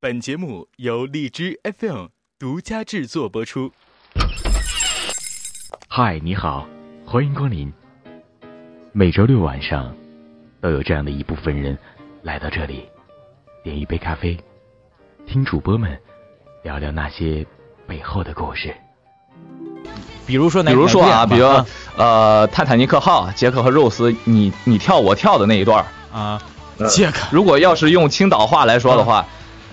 本节目由荔枝 FM 独家制作播出。嗨，你好，欢迎光临。每周六晚上，都有这样的一部分人来到这里，点一杯咖啡，听主播们聊聊那些背后的故事。比如说哪，比如说啊，哪比部如呀呃，泰坦尼克号，杰克和肉丝，你你跳我跳的那一段儿，啊，杰克，如果要是用青岛话来说的话，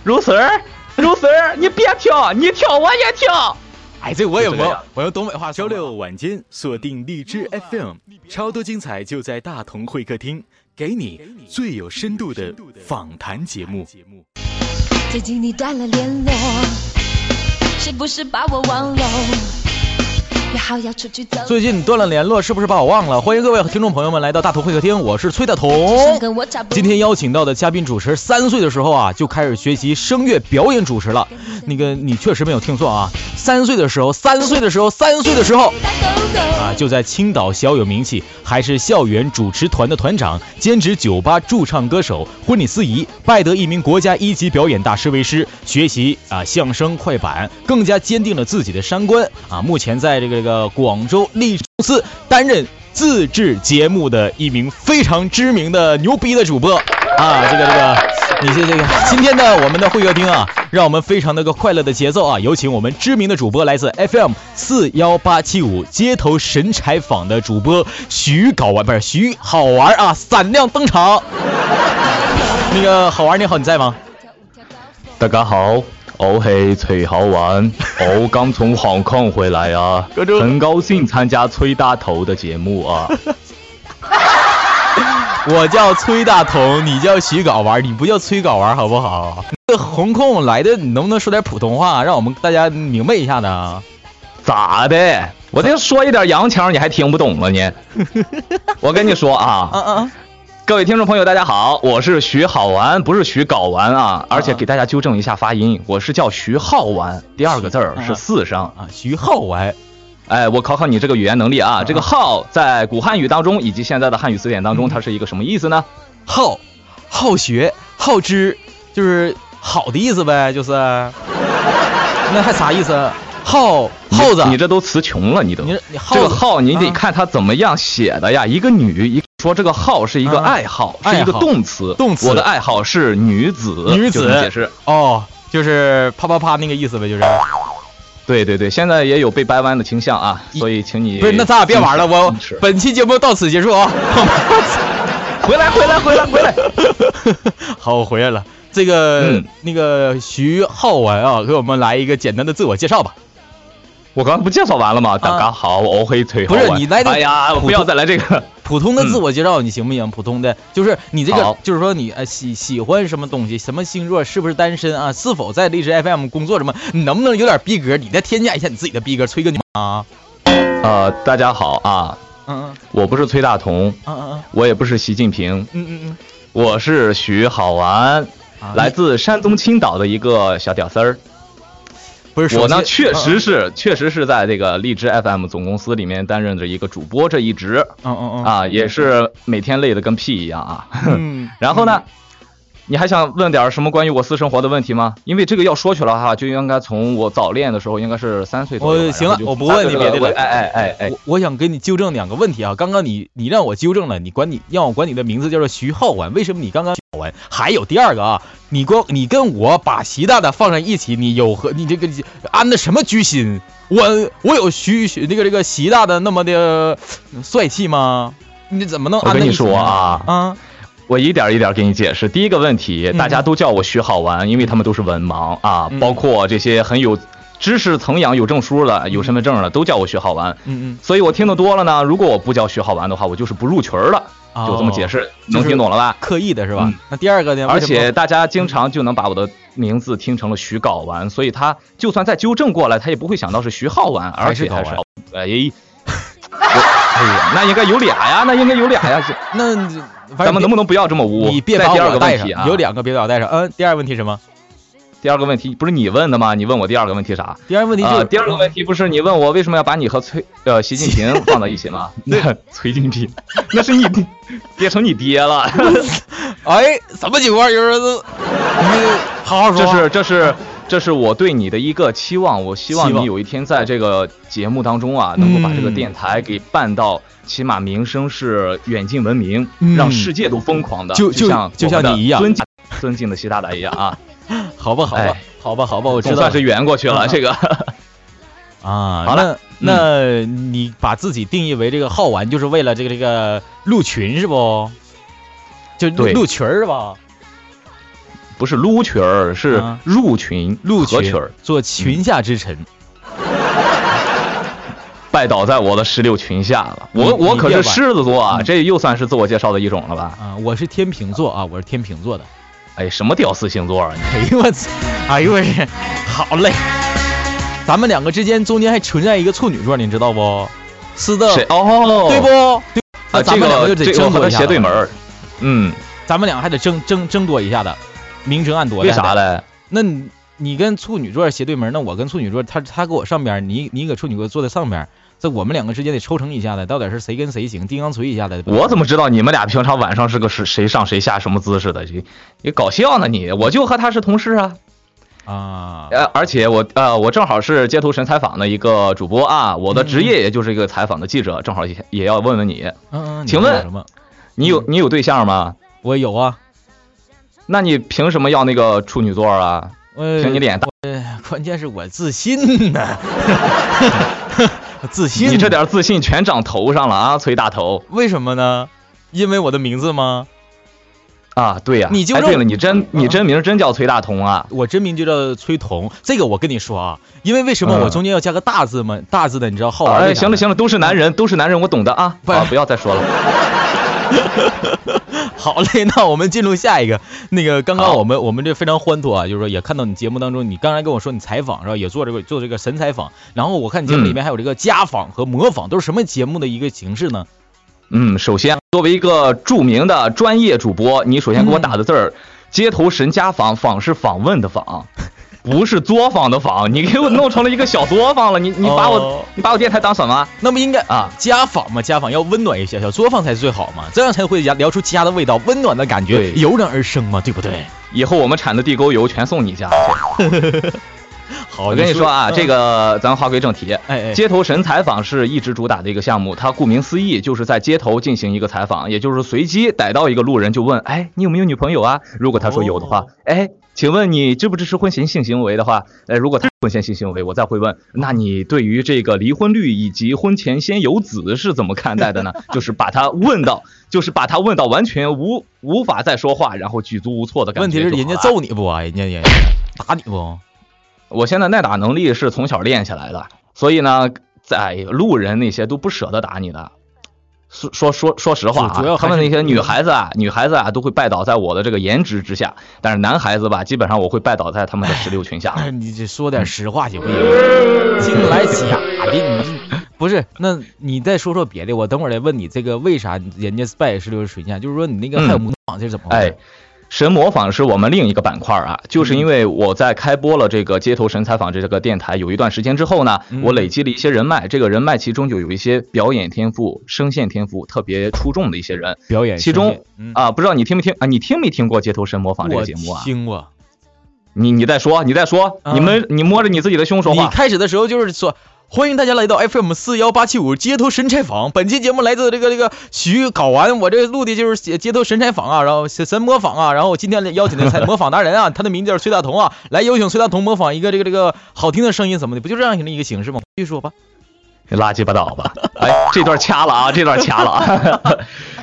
如丝儿，如丝儿，你别跳，你跳我也跳。哎，这我也就这我样我用东北话说周吧六晚间锁定荔枝 FM，超多精彩就在大同会客厅，给你最有深度的访谈节目。最近你断了联络，是不是把我忘了？约好要出去走走。最近断了联络，是不是把我忘了？欢迎各位听众朋友们来到大同会客厅，我是崔大像同。跟我差不多今天邀请到的嘉宾主持，三岁的时候啊就开始学习声乐表演主持了。那个你确实没有听错啊，三岁的时候，三岁的时候，三岁的时候。大狗狗啊，就在青岛小有名气，还是校园主持团的团长，兼职酒吧驻唱歌手，婚礼司仪，拜得一名国家一级表演大师为师，学习啊相声、快板，更加坚定了自己的三观啊。目前在这个这个广州荔枝公司担任自制节目的一名非常知名的牛逼的主播啊，这个这个。你这这个今天的我们的会客厅啊，让我们非常的个快乐的节奏啊，有请我们知名的主播，来自 FM 四幺八七五街头神采坊的主播徐搞玩，不是徐好玩啊，闪亮登场。 那个好玩你好，你在吗？大家好，我是崔好 玩，我刚从航空回来啊，很高兴参加崔大头的节目啊。 我叫崔大同，你叫徐搞玩，你不叫崔搞玩好不好？这红控来的，你能不能说点普通话，啊让我们大家明白一下呢？咋的？我这说一点洋腔，你还听不懂了呢？我跟你说啊，啊啊！各位听众朋友，大家好，我是徐好玩，不是徐搞完啊！而且给大家纠正一下发音，我是叫徐浩玩，第二个字儿是四声。啊，徐浩玩，哎，我考考你这个语言能力啊！这个“浩”在古汉语当中以及现在的汉语词典当中，嗯它是一个什么意思呢？好，好学，好知，就是好的意思呗，就是。那还啥意思？耗耗子，你这都词穷了，你都。你你耗这子个“浩”你得啊看它怎么样写的呀。一个女，一说这个“浩”是一个啊爱好，爱是一个好动词。动词我的爱好是女子。女就子这么解释。哦，就是啪啪啪那个意思呗，就是。对对对，现在也有被掰弯的倾向啊，所以请你不是，那咱俩别玩了，我矜持本期节目到此结束啊。 回来回来回来回来。好，我回来了。这个、嗯那个徐浩文啊，给我们来一个简单的自我介绍吧。 我刚刚不介绍完了吗？大家好，我会腿不好是玩。你来这哎呀，我不要再来这 个。普通的自我介绍你行不行？普通的，就是你这个嗯好，就是说你呃喜喜欢什么东西，什么星座，是不是单身啊？是否在荔枝 FM 工作什么？你能不能有点逼格？你再添加一下你自己的逼格，吹个牛啊！呃，大家好啊，嗯我不是崔大同，嗯嗯我也不是习近平，嗯嗯我是徐好玩，嗯，来自山东青岛的一个小屌丝儿。不是我呢，确实是，确实是在这个荔枝 FM 总公司里面担任着一个主播这一职嗯嗯嗯啊，也是每天累得跟屁一样啊。嗯， 然后呢，你还想问点什么关于我私生活的问题吗？因为这个要说起来哈，就应该从我早恋的时候，应该是三岁左右吧。我行然了啊后，就我不问你别的了。哎哎哎哎，我我想跟你纠正两个问题啊。刚刚你你让我纠正了，你管你让我管你的名字叫做徐浩文，为什么你刚刚徐浩文？还有第二个啊，你跟你跟我把习大大放在一起，你有何你这个你安的什么居心？我我有徐徐那个这个习大大那么的呃帅气吗？你怎么能我安在跟一你起说呢啊，啊，我一点一点给你解释。第一个问题，嗯大家都叫我徐好玩，因为他们都是文盲啊嗯，包括这些很有知识层养、有证书了、有身份证了，都叫我徐好玩。嗯所以我听得多了呢，如果我不叫徐好玩的话，我就是不入群儿了，嗯，就这么解释，就释，能是听懂了吧？刻意的是吧？嗯那第二个呢？而为什么且大家经常就能把我的名字听成了徐睾丸，所以他就算再纠正过来，他也不会想到是徐浩丸，还而是且还睾是丸哎， 我哎呀，那应该有俩呀，那应该有俩呀，这那反正咱们能不能不要这么污？你别再把第二我个带问上题啊，，有两个别把我带上。嗯，第二个问题是什么？第二个问题不是你问的吗？你问我第二个问题啥？第二个问题就、啊，第二个问题不是你问我为什么要把你和崔呃习近平放在一起 吗？那 崔近平，那是 你爹成你爹了。哎，什么情况？有人说，你好好说。这是这是这是我对你的一个期望，我希望希望嗯你有一天在这个节目当中啊，能够把这个电台给办到，起码名声是远近闻名，嗯让世界都疯狂的，就就像就我们像的你一样尊敬尊敬的习大大一样啊，好吧，好吧哎，好吧，好吧， 我知总道算了是圆过去了。这个 啊。好了嗯那，那你把自己定义为这个好玩，就是为了这个这个入群是不？就入对入群儿是吧？不是撸群儿，是啊入群入合群儿，做群下之臣。拜倒在我的石榴裙下了。你我我你可别是管狮子座啊，嗯这又算是自我介绍的一种了吧？啊，我是天秤座啊，我是天秤座的。 哎，什么屌丝星座啊？你哎呦我操！哎呦我去，好嘞。咱们两个之间中间还存在一个处女座，你知道不？是的，谁哦，呃对不？对那啊，咱这们两个就得这个争和夺他一下斜子对门儿，嗯，咱们俩还得争争争夺一下的，明争暗夺。为啥嘞？嘞？那你你跟处女座斜对门，那我跟处女座，他他搁我上边儿，你你搁处女座坐在上边儿，这我们两个之间得抽成一下的，到底是谁跟谁行，丁刚锤一下的。我怎么知道你们俩平常晚上是个是谁上谁下什么姿势的？你你搞笑呢你？我就和他是同事啊，啊？呃，而且我呃我正好是街头神采访的一个主播啊，我的职业也就是一个采访的记者，正好也也要问问你，嗯嗯，你请说问什么？嗯你有你有对象吗？我有啊，那你凭什么要那个处女座啊？呃，凭你脸大，关键是我自信呐， 我自信。你这点自信全长头上了啊，崔大头为什么呢？因为我的名字吗？啊！对呀、你就哎对让嗯了，你真你真名真叫崔大同啊？我真名就叫崔彤。这个我跟你说啊，因为为什么嗯我中间要加个大字嘛？大字的你知道好玩。哎，行了，行了，都是男人，都是男人，我懂的啊。不啊，不要再说了。 好嘞，那我们进入下一个。那个刚刚好我们我们这非常欢脱啊，就是说也看到你节目当中，你刚才跟我说你采访是吧？也做这个做这个神采访，然后我看嗯节目里面还有这个家访和模仿，都是什么节目的一个形式呢？嗯，首先，作为一个著名的专业主播，你首先给我打的字儿，街头神家访”，访是访问的访，不是作坊的坊。你给我弄成了一个小作坊了，你你把我、哦你把我电台当什么那么应该啊？家访嘛，家访要温暖一些，小作坊才是最好嘛，这样才会聊聊出家的味道，温暖的感觉对油然而生嘛，对不对？以后我们产的地沟油全送你家去。好，我跟哦你说啊，这个个咱话归正题。哎哎，街头神采访是一直主打的一个项目，它顾名思义就是在街头进行一个采访，也就是随机逮到一个路人就问，哎，你有没有女朋友啊？如果他说有的话哦，哎，请问你支不支持婚前性行为的话， 呃，如果他婚前性行为，我再会问，那你对于这个离婚率以及婚前先有子是怎么看待的呢？ 就是把他问到，就是把他问到完全无无法再说话，然后举足无措的感觉。问题是人家，揍你不啊？人家人家打你不？我现在耐打能力是从小练起来的，所以呢，在路人那些都不舍得打你的。说说说说实话主主要啊，还他是们那些女孩子啊，女孩子啊都会拜倒在我的这个颜值之下，但是男孩子吧，基本上我会拜倒在他们的石榴 裙下。哎，你这说点实话行不行？净来假的，你这 不是？那你再说说别的，我等会儿来问你这个为啥人家拜石榴水下，就是说你那个还有模仿这是怎么回哎事？，神模仿是我们另一个板块啊，就是因为我在开播了这个街头神采访这个电台有一段时间之后呢嗯，我累积了一些人脉，这个人脉其中就有一些表演天赋、声线天赋特别出众的一些人表演其中呈现嗯啊，不知道你听没听啊？你听没听过街头神模仿这我个节目啊？听过。你你再说，你再说，啊你们你摸着你自己的胸说你 话。开始的时候就是说。欢迎大家来到 FM 四幺八七五街头神采访，本期节目来自这个这个徐搞完，我这录的就是街街头神采访啊，然后神神模仿啊，然后我今天邀请的采模仿达人啊，他 的名字叫崔大同啊，来有请崔大同模仿一个这个这个好听的声音什么的，不就这样型的一个形式吗？继续说吧。拉鸡巴倒吧！哎，这段掐了啊，这段掐 了啊。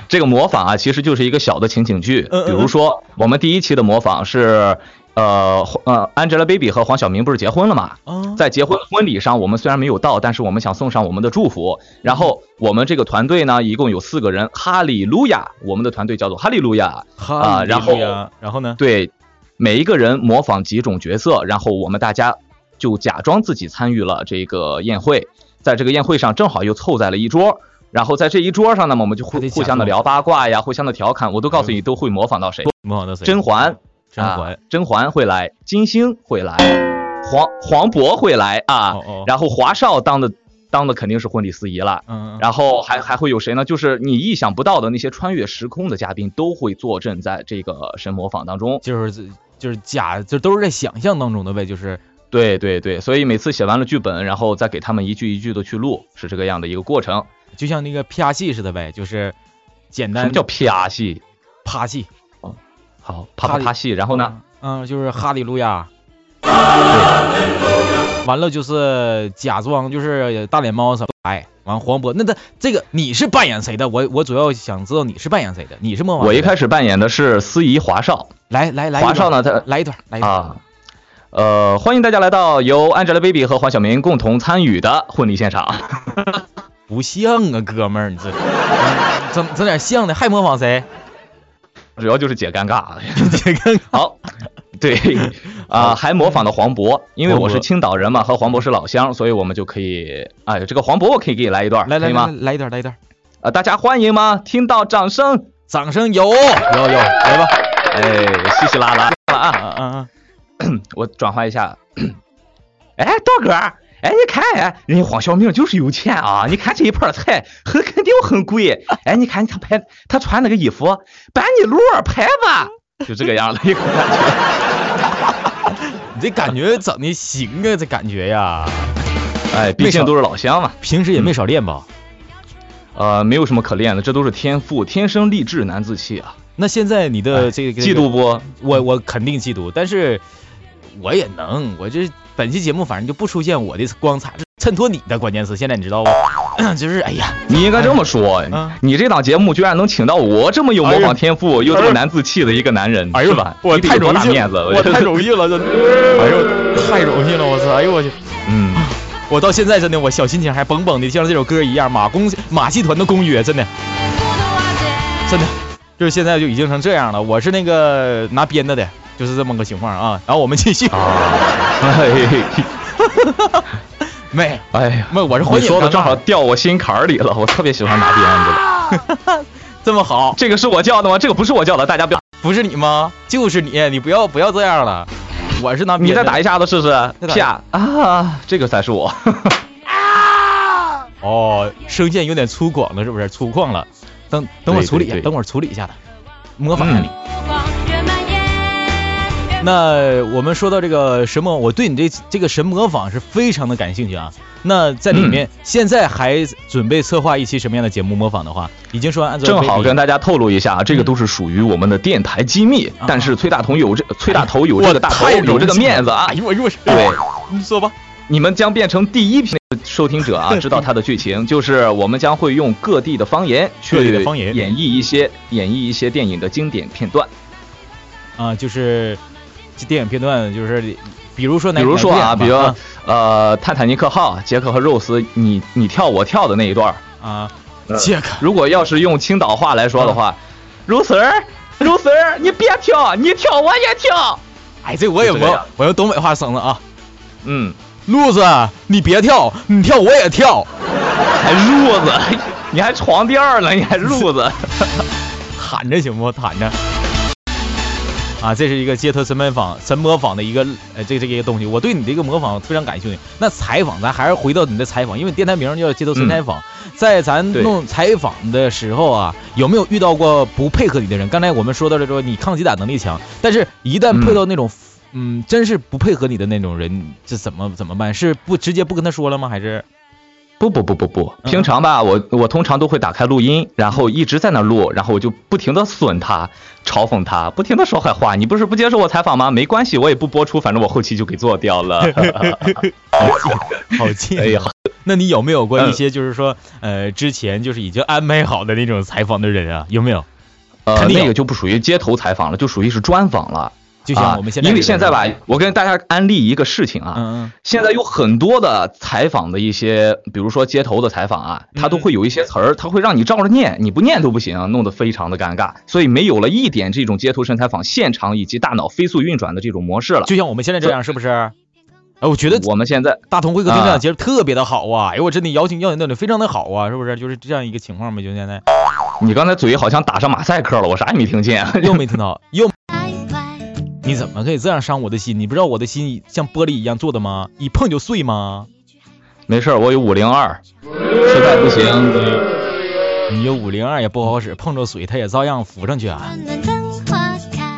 这个模仿啊，其实就是一个小的情景剧。嗯嗯比如说，我们第一期的模仿是，呃，黄呃，Angelababy 和黄晓明不是结婚了嘛？啊，在结婚婚礼上，我们虽然没有到，但是我们想送上我们的祝福。然后我们这个团队呢，一共有四个人，哈利路亚，我们的团队叫做哈利路亚。哈啊然后然后呢？对，每一个人模仿几种角色，然后我们大家就假装自己参与了这个宴会，在这个宴会上正好又凑在了一桌。然后在这一桌上呢，我们就互还得假互相的装聊八卦呀，互相的调侃。我都告诉你，都会模仿到谁，模仿到谁？甄嬛，甄啊嬛，甄嬛会来，金星会来，黄黄渤会来啊。哦哦然后华少当的当的肯定是婚礼司仪了。嗯，然后还还会有谁呢？就是你意想不到的那些穿越时空的嘉宾都会坐镇在这个神模仿当中。就是就是假，就都是在想象当中的呗，就是对对对，所以每次写完了剧本，然后再给他们一句一句的去录，是这个样的一个过程。就像那个啪戏似的呗，就是简什单么叫啪戏？啪戏，好，啪啪啪啪戏。然后呢？嗯，就是哈利路亚。对，完了就是假装就是大脸猫什么哎，完黄渤那那这个你是扮演谁的？我我主要想知道你是扮演谁的，你是莫凡。我一开始扮演的是司仪华少来哦来来一段，华少呢他来一段，来一段啊。呃，欢迎大家来到由 Angelababy 和黄晓明共同参与的婚礼现场。不像啊，哥们儿，你这嗯整整点像的，还模仿谁？主要就是解尴尬，解尴尬。好，对，啊、还模仿的黄渤，因为我是青岛人嘛，和黄渤是老乡，所以我们就可以，哎，这个黄渤我可以给你来一段，来可来以来吗？来一段，来一段，啊、大家欢迎吗？听到掌声，掌声有有有，来吧，哎，稀稀拉拉了啊啊！啊啊！我转换一下， 哎，道哥，哎，你看，哎，人家黄晓明就是有钱啊！你看这一盘菜很肯定很贵，哎，你看他拍他穿那个衣服，把你路儿拍吧，就这个样 的一个感觉。你这感觉整的行啊，这感觉呀，哎，毕竟都是老乡嘛。平时也没少练吧？嗯呃，没有什么可练的，这都是天赋，天生丽质难自弃啊！哎那现在你的呃这个嫉妒，不？我我肯定嫉妒，但是我也能，我这本期节目反正就不出现我的光彩，衬托你的关键词，现在你知道吧？ 就是哎呀，你应该这么说，嗯哎你这档节目居然能请到我这么有模仿天赋、又这么难自弃的一个男人，是吧？我你得太多荣大幸面子，我太荣幸了，真的，哎呦，太荣幸了，我操，哎呦我去。嗯，我到现在真的，我小心情还蹦蹦的，就像这首歌一样，马公马戏团的公约，真的，真的，就是现在就已经成这样了。我是那个拿鞭子的，就是这么个情况啊。然后我们继续，啊 哎，妹哎 呀，妹，我是你婚姻说的正尴尬好掉我心坎儿里了，我特别喜欢拿鞭子的。这么好，这个是我叫的吗？这个不是我叫的，大家不要，不是你吗？就是你，你不要不要这样了。我是拿鞭你子的，再打一下子试试，再打一啪啊，这个才是我。哦，声线有点粗犷了，是不是？粗犷了，等等我对处理一下，对对嗯等我处理一下它，模仿一下你。越蔓延越那我们说到这个神魔，我对你这这个神模仿是非常的感兴趣啊。那在里嗯面，现在还准备策划一期什么样的节目模仿的话，已经说完按照正好跟他大家透露一下，啊这个都是属于我们的电台机密。嗯啊但是崔大同有这崔大头有这个大头有这个面子啊哎！呦我我是对，你说吧，你们将变成第一批收听者啊！知道它的剧情，就是我们将会用各地的方言去嗯各地的方言演绎一些演绎一些电影的经典片段。啊，就是这电影片段，就是比如说哪，比如说啊，哪部比电如影呃，《泰坦尼克号》杰克和肉丝你你跳我跳的那一段儿，啊，嗯杰克如果要是用青岛话来说的啊话，肉丝儿，肉丝儿，你别跳，你跳我也跳。哎，这我也就这我样我用东北话省了啊，嗯。路子你别跳，你跳我也跳，还褥子，你还床垫儿呢，你还褥子。喊着行不？喊着。啊，这是一个街头神模仿、神模仿的一个呃，这这个一个东西。我对你这个模仿非常感兴趣。那采访，咱还是回到你的采访，因为电台名叫街头神采访。在咱对弄采访的时候啊，有没有遇到过不配合你的人？刚才我们说到了说你抗击打能力强，但是一旦配到那种嗯真是不配合你的那种人，这怎么怎么办？是不直接不跟他说了吗？还是不不不不不，嗯平常吧，我我通常都会打开录音，然后一直在那录，然后我就不停的损他，嘲讽他，不停的说坏话。你不是不接受我采访吗？没关系，我也不播出，反正我后期就给做 掉了。好贱？哎呀， 嗯那你有没有过一些就是说，呃，之前就是已经安排好的那种采访的人啊？有没有？呃，肯定有那个就不属于街头采访了，就属于是专访了。就像我们现在、啊，因为现在吧，，我跟大家安利一个事情啊，嗯现在有很多的采访的一些，比如说街头的采访啊，嗯它都会有一些词儿，它会让你照着念，你不念都不行，弄得非常的尴尬。所以没有了一点这种街头神采访现场以及大脑飞速运转的这种模式了嗯，。就像我们现在这样，是不是？哎、我觉得我们现在大同会客分享节目特别的好啊！哎呦，我真的邀请邀请到你非常的好啊，是不是？就是这样一个情况呗，就现 在你刚才嘴好像打上马赛克了，我啥也没听见。又没听到，又拜拜。你怎么可以这样伤我的心？你不知道我的心像玻璃一样做的吗？一碰就碎吗？没事儿，我有五零二，实在不行，你有五零二也不好使，碰着水它也照样浮上去啊！暖暖灯花开。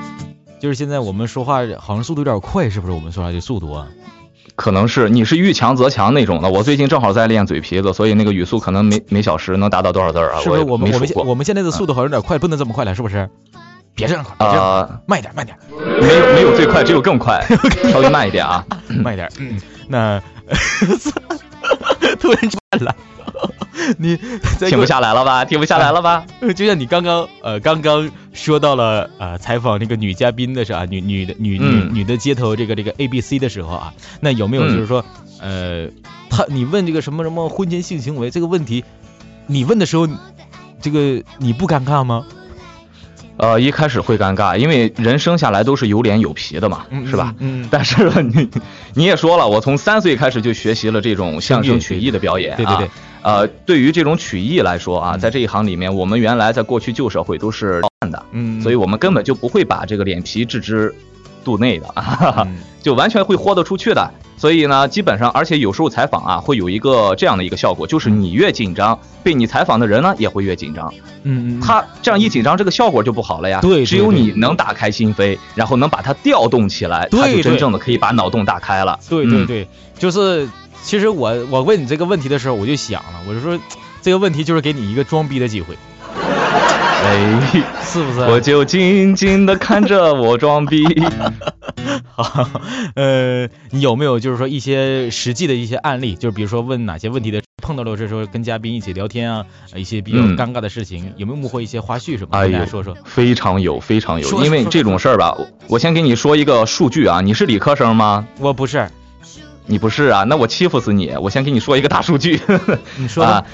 就是现在我们说话好像速度有点快，是不是？我们说话这速度啊，可能是你是遇强则强那种的。我最近正好在练嘴皮子，所以那个语速可能每每小时能达到多少字儿啊？是不是？我我们我也没数们现过。我们现在的速度好像有点快，不能这么快了，是不啊是？别这样快，别这样快，呃，慢一点，慢一点。没有没有最快，只有 更快，稍微慢一点啊。慢一点。嗯，那 突然就慢了， 你 再给啊停我不，下来了吧？停不下来了吧？ 就像你刚刚呃刚刚说到了呃采访这个女嘉宾的时候啊，女女的女女嗯女的街头这个这个 A B C 的时候啊，那有没有嗯就是说、呃他你问这个什么什么婚前性行为这个问题，你问的时候这个你不尴尬吗？呃，一开始会尴尬，因为人生下来都是有脸有皮的嘛，是吧？？嗯，但是你 你也说了，我从三岁开始就学习了这种相声曲艺的表演、啊，对对嗯对，呃，对于这种曲艺来说啊，在这一行里面，我们原来在过去旧社会都是 看的，嗯，所以我们根本就不会把这个脸皮置之度内的，嗯就完全会豁得出去的。所以呢，基本上，而且有时候采访啊，会有一个这样的一个效果，就是你越紧张，被你采访的人呢也会越紧张。嗯嗯，他这样一紧张，这个效果就不好了呀。对对只有对你能打开心扉，然后能把它调动起来，对他就对真正的可以把脑洞打开了。对对嗯对，就是其实我我问你这个问题的时候，我就想了，我就说这个问题就是给你一个装逼的机会，哎，是不我是？就静静的看着我装逼。好， 呃，你有没有就是说一些实际的一些案例？就是比如说问哪些问题的，碰到了这时候跟嘉宾一起聊天啊，呃一些比较嗯尴尬的事情，有没有幕后一些花絮什么的？哎跟大呦家说说。非常有，非常说有，因为这种事儿吧，我我先给你说一个数据啊，你是理科生吗？我不是，你不是啊，那我欺负死你！我先给你说一个大数据，你说吧啊，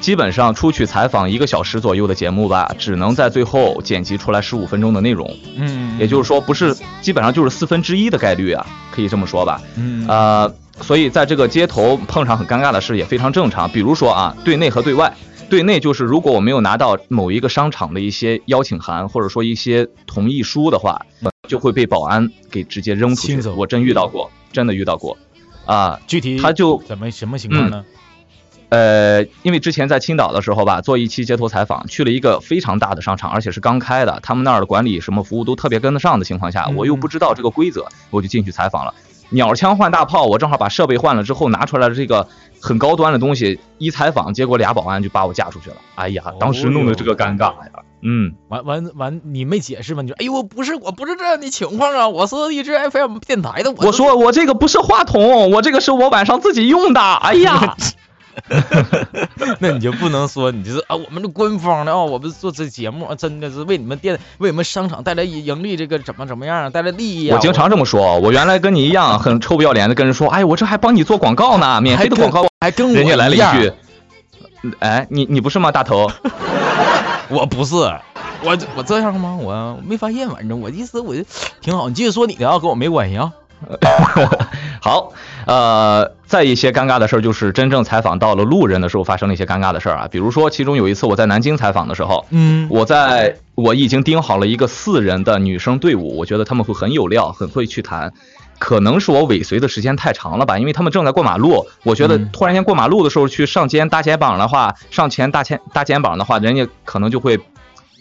基本上出去采访一个小时左右的节目吧，只能在最后剪辑出来十五分钟的内容，嗯，也就是说，不是基本上就是四分之一的概率啊，可以这么说吧。嗯啊，呃，所以在这个街头碰上很尴尬的事也非常正常。比如说啊，对内和对外，对内就是如果我没有拿到某一个商场的一些邀请函或者说一些同意书的话，就会被保安给直接扔出去清。走我真遇到过，真的遇到过，啊、具体他就嗯怎么什么情况呢？呃，因为之前在青岛的时候吧，做一期街头采访，去了一个非常大的商场，而且是刚开的，他们那儿的管理什么服务都特别跟得上的情况下，嗯我又不知道这个规则，我就进去采访了。鸟枪换大炮，我正好把设备换了之后，拿出来了这个很高端的东西，一采访，结果俩保安就把我架出去了。哎呀，哦当时弄得这个尴尬呀。嗯，完完完，你没解释吗？你说，哎呦，我不是，我不是这样的情况啊，我是一支 FM 电台的，我我说我这个不是话筒，我这个是我晚上自己用的。哎呀，那你就不能说你就是啊，我们是官方的啊、我们做这节目啊，真的是为你们店、为你们商场带来盈利，这个怎么怎么样啊，带来利益啊。我经常这么说，我原来跟你一样很臭不要脸的跟人说，哎，我这还帮你做广告呢，免费的广告。还跟我人家来了一嗯一样，句：“哎，你你不是吗，大头 我不是，我我这样吗？我没发现，反正我意思我就挺好，你继续说你的啊，跟我没关系啊。？”好，呃，再一些尴尬的事儿，就是真正采访到了路人的时候，发生了一些尴尬的事儿啊。比如说，其中有一次我在南京采访的时候，嗯，我在我已经盯好了一个四人的女生队伍，我觉得他们会很有料，很会去谈。可能是我尾随的时间太长了吧，因为他们正在过马路。我觉得嗯突然间过马路的时候去上肩搭肩膀的话，上前搭肩搭肩膀的话，人家可能就会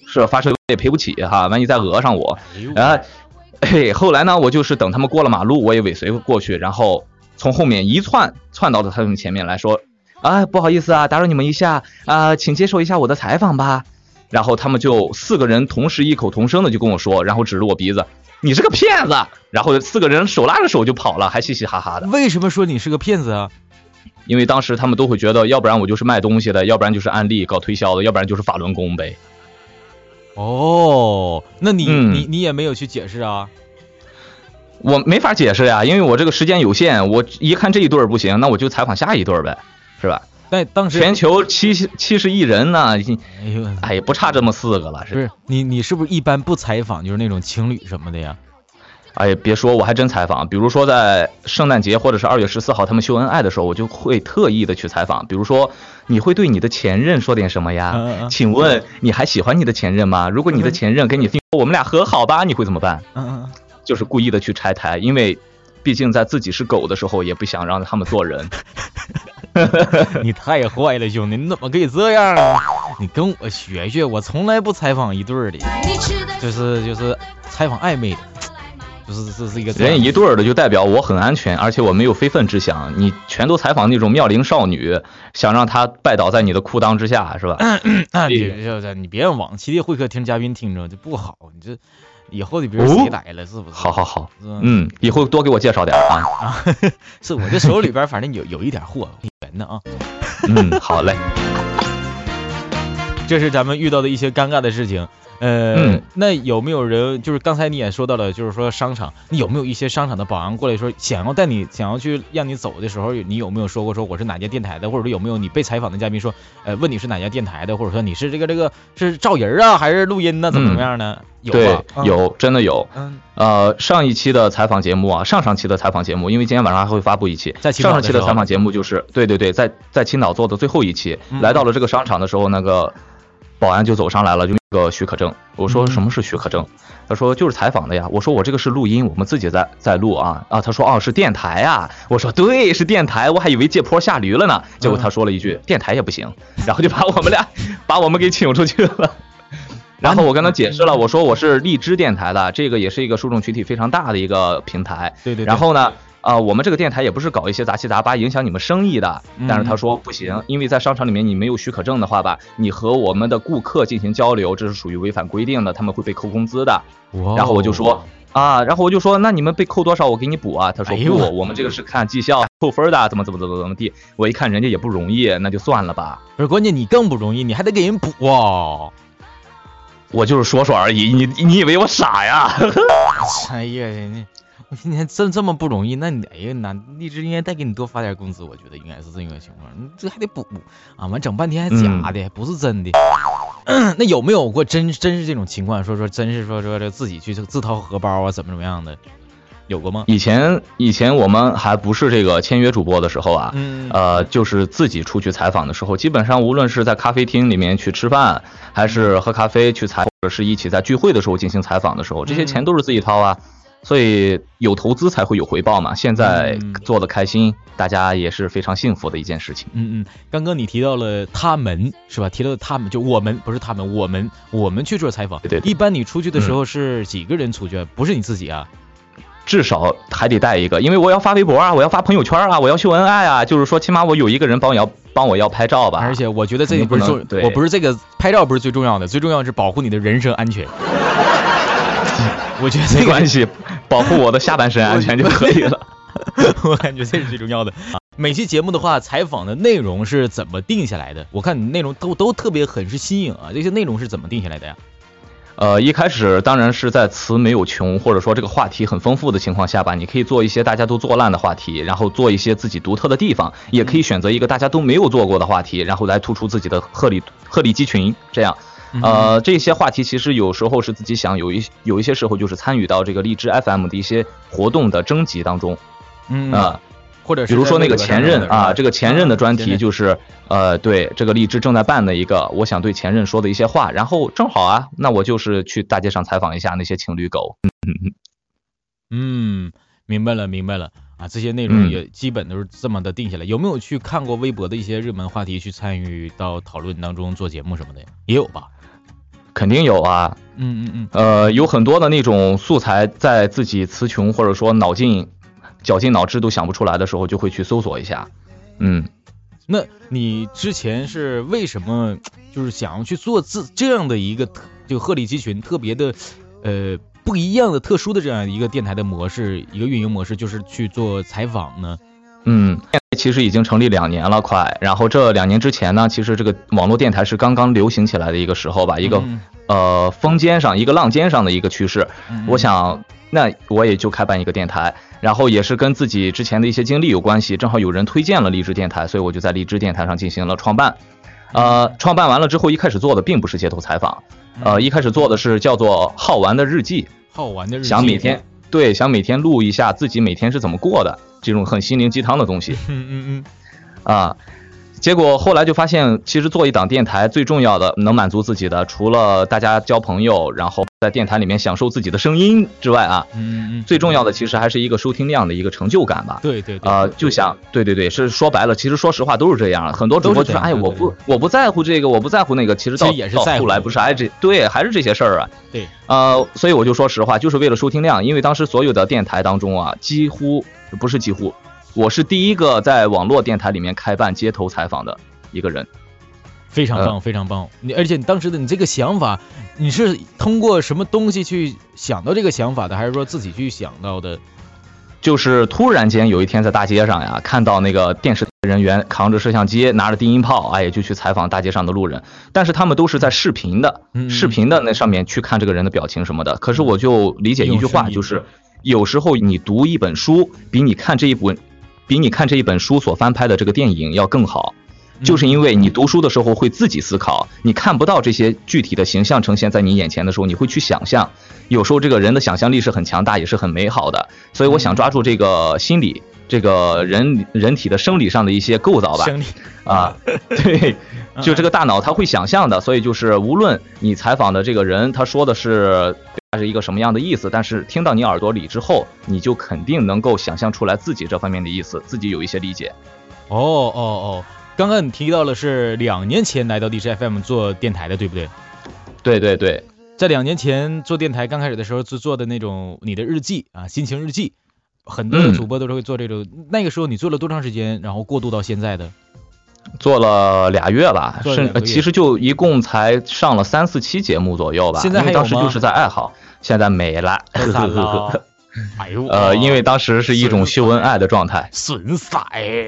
是发车也赔不起哈，万一再讹上我。然后，嘿，后来呢，我就是等他们过了马路，我也尾随过去，然后从后面一窜窜到了他们前面来说，啊，不好意思啊，打扰你们一下啊、请接受一下我的采访吧。然后他们就四个人同时异口同声的就跟我说，然后指着我鼻子，你是个骗子。然后四个人手拉着手就跑了，还嘻嘻哈哈的。为什么说你是个骗子啊？因为当时他们都会觉得，要不然我就是卖东西的，要不然就是安利搞推销的，要不然就是法轮功呗。哦，那你、嗯你你也没有去解释啊？我没法解释呀，因为我这个时间有限，我一看这一对儿不行，那我就采访下一对儿呗，是吧？但当时全球七七十亿人呢，已经哎呦，哎也不差这么四个了，不是？是你你是不是一般不采访就是那种情侣什么的呀？哎呀，别说，我还真采访，比如说在圣诞节或者是二月十四号他们秀恩爱的时候，我就会特意的去采访，比如说你会对你的前任说点什么呀？嗯嗯嗯啊请问你还喜欢你的前任吗？如果你的前任跟你说我们俩和好吧，你会怎么办？嗯嗯，就是故意的去拆台，因为毕竟在自己是狗的时候，也不想让他们做人。嗯 你太坏了，兄弟，你怎么可以这样啊？你跟我学学，我从来不采访一对儿的，你吃的就是就是采访暧昧的，就是这是一个这样人的一对儿的就代表我很安全，而且我没有非分之想。你全都采访那种妙龄少女，想让她拜倒在你的裤裆之下，是吧？啊，你对就是你别让往期的会客厅嘉宾听着，这不好。你这以后你别说谁哦来了，是不是？好好好，是吧，嗯，以后多给我介绍点儿啊。 是我这手里边反正有有一点货，圆的啊。嗯，好嘞。这是咱们遇到的一些尴尬的事情。呃，嗯那有没有人就是刚才你也说到了，就是说商场，你有没有一些商场的保安过来说想要带你想要去让你走的时候，你有没有说过说我是哪家电台的，或者说有没有你被采访的嘉宾说，呃，问你是哪家电台的，或者说你是这个这个是照人儿啊还是录音呢，怎么怎么样呢？有对吧？嗯，有啊真的有。嗯，呃，上一期的采访节目啊，上上期的采访节目，因为今天晚上还会发布一期。在青岛上上的期的时候采访节目就是，对对对，在在青岛做的最后一期，嗯来到了这个商场的时候，那个保安就走上来了，就那个许可证。我说嗯什么是许可证？他说就是采访的呀。我说我这个是录音，我们自己在在录啊啊。他说哦是电台啊。我说对是电台，我还以为借坡下驴了呢。结果他说了一嗯句电台也不行，然后就把我们俩把我们给请出去了。然后我跟他解释了，我说我是荔枝电台的，这个也是一个受众群体非常大的一个平台。对对对然后呢，啊，我们这个电台也不是搞一些杂七杂八影响你们生意的。但是他说不行，因为在商场里面你没有许可证的话吧，你和我们的顾客进行交流，这是属于违反规定的，他们会被扣工资的。哇哦然后我就说。啊，然后我就说，那你们被扣多少，我给你补啊。他说哎呦不，我们这个是看绩效 扣分的，怎么怎么怎么怎么地。我一看人家也不容易，那就算了吧。不是关键，你更不容易，你还得给人补哦。我就是说说而已，你你以为我傻呀？ 哎呀，人家我今天这这么不容易，那你哎呀，那荔枝应该再给你多发点工资，我觉得应该是这么个情况，你这还得补啊，完整半天还嗯假的，还不是真的。 那有没有过真真是这种情况？说说真是说说这自己去自掏荷包啊，怎么怎么样的，有过吗？以前以前我们还不是这个签约主播的时候啊，嗯呃，就是自己出去采访的时候，基本上无论是在咖啡厅里面去吃饭，还是喝咖啡去采，或者是一起在聚会的时候进行采访的时候，这些嗯钱都是自己掏啊。所以有投资才会有回报嘛。现在嗯做的开心，大家也是非常幸福的一件事情。嗯嗯，刚刚你提到了他们是吧？提到他们就我们不是他们，我们我们去做采访。对对对嗯一般你出去的时候是几个人出去啊？不是你自己啊？至少还得带一个，因为我要发微博啊，我要发朋友圈啊，我要秀恩爱啊，就是说起码我有一个人帮我要帮我要拍照吧。而且我觉得这肯个不定是不能重，对我不是这个拍照不是最重要的，最重要是保护你的人身安全。 我觉得这没个关，系，保护我的下半身安全就可以了。我感觉这是最重要的。每期节目的话，采访的内容是怎么定下来的？我看你内容都都特别很是新颖啊，这些内容是怎么定下来的呀？呃，一开始当然是在词没有穷，或者说这个话题很丰富的情况下吧，你可以做一些大家都做烂的话题，然后做一些自己独特的地方，也可以选择一个大家都没有做过的话题，然后来突出自己的鹤立鹤立鸡群，这样。呃，这些话题其实有时候是自己想，有一有一些时候就是参与到这个荔枝 FM 的一些活动的征集当中嗯啊、呃或者是比如说那个在前任啊，这个前任的专前题任就是呃，对这个荔枝正在办的一个，我想对前任说的一些话。然后正好啊，那我就是去大街上采访一下那些情侣狗。嗯，明白了，明白了啊，这些内容嗯也基本都是这么的定下来。有没有去看过微博的一些热门话题，去参与到讨论当中做节目什么的呀？也有吧？肯定有啊，嗯嗯嗯，呃，有很多的那种素材在自己词穷或者说脑筋绞尽脑汁都想不出来的时候，就会去搜索一下。嗯，那你之前是为什么就是想要去做这这样的一个特就鹤立鸡群特别的呃不一样的特殊的这样一个电台的模式，一个运营模式，就是去做采访呢？嗯，其实已经成立两年了，快。然后这两年之前呢，其实这个网络电台是刚刚流行起来的一个时候吧，一个、嗯呃风尖上、一个浪尖上的一个趋势。嗯我想，那我也就开办一个电台，然后也是跟自己之前的一些经历有关系，正好有人推荐了荔枝电台，所以我就在荔枝电台上进行了创办。呃，创办完了之后，一开始做的并不是街头采访，嗯呃，一开始做的是叫做《好玩的日记》。好玩的日记想每天对想每天录一嗯下自己每天是怎么过的这种很心灵鸡汤的东西嗯嗯嗯啊。结果后来就发现，其实做一档电台最重要的能满足自己的，除了大家交朋友，然后在电台里面享受自己的声音之外啊，嗯嗯，最重要的其实还是一个收听量的一个成就感吧。对对对呃，对就想，对对对，是说白了，其实说实话都是这样，很多主播就说，都是这哎，样我对对不，我不在乎这个，我不在乎那个，其实到其实也是到在乎后来不是，哎，这对，还是这些事儿啊。对，呃，所以我就说实话，就是为了收听量，因为当时所有的电台当中啊，几乎不是几乎，我是第一个在网络电台里面开办街头采访的一个人。非常呃棒，非常棒。你而且你当时的你这个想法，你是通过什么东西去想到这个想法的，还是说自己去想到的？就是突然间有一天在大街上呀，看到那个电视人员扛着摄像机，拿着低音炮，哎，就去采访大街上的路人。但是他们都是在视频的，嗯视频的那上面去看这个人的表情什么的。可是我就理解一句用话，声音就是有时候你读一本书，比你看这一本，比你看这一本书所翻拍的这个电影要更好。嗯就是因为你读书的时候会自己思考，你看不到这些具体的形象呈现在你眼前的时候，你会去想象。有时候这个人的想象力是很强大，也是很美好的。所以我想抓住这个心理，这个人人体的生理上的一些构造吧。生理 啊，对，嗯就这个大脑它会想象的，所以就是无论你采访的这个人他说的是他是一个什么样的意思，但是听到你耳朵里之后，你就肯定能够想象出来自己这方面的意思，自己有一些理解。哦哦哦，刚刚你提到了是两年前来到 DJ FM 做电台的，对不对？对对对，在两年前做电台刚开始的时候，就做的那种你的日记啊，心情日记，很多的嗯主播都是会做这种。那个时候你做了多长时间，然后过渡到现在的？做了俩月吧，做了甚两个月呃其实就一共才上了三四期节目左右吧。现在因为还有当时吗就是在爱好，现在 没了。咋了？哎呦， 呃，因为当时是一种秀恩爱的状态。损色哎，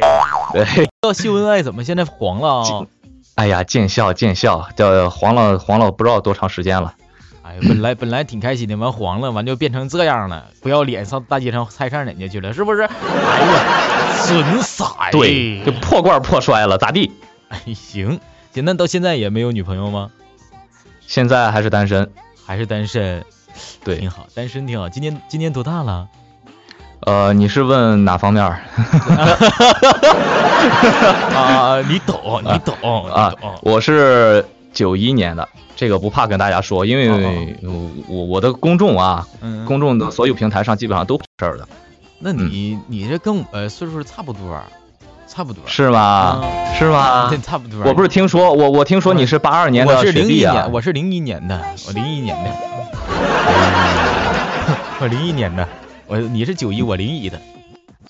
对，到秀恩爱怎么现在黄了啊？ 哎呀，见笑见笑，这黄了黄了不知道多长时间了。 哎，本来本来挺开心的，完黄了，完就变成这样了，不要脸上大街上菜上人家去了，是不是？哎呀，损色哎对，就破罐破摔了，咋地？ 哎行行，那到现在也没有女朋友吗？现在还是单身。还是单身？挺对，好，单身挺好。今年今年多大了？呃，你是问哪方面儿啊， 你懂，你懂，啊你懂？我是九一年的，这个不怕跟大家说，因为我我我的公众啊，哦嗯，公众的所有平台上基本上都是这儿的，那你你这跟我呃岁数差不多，差不多嗯是吗？啊是吗这？差不多。我不是听说我我听说你是八二年我的是学零一弟啊哎年，，我是零一年的，我零一年的， 我零一年的，我你是九一，我零一的，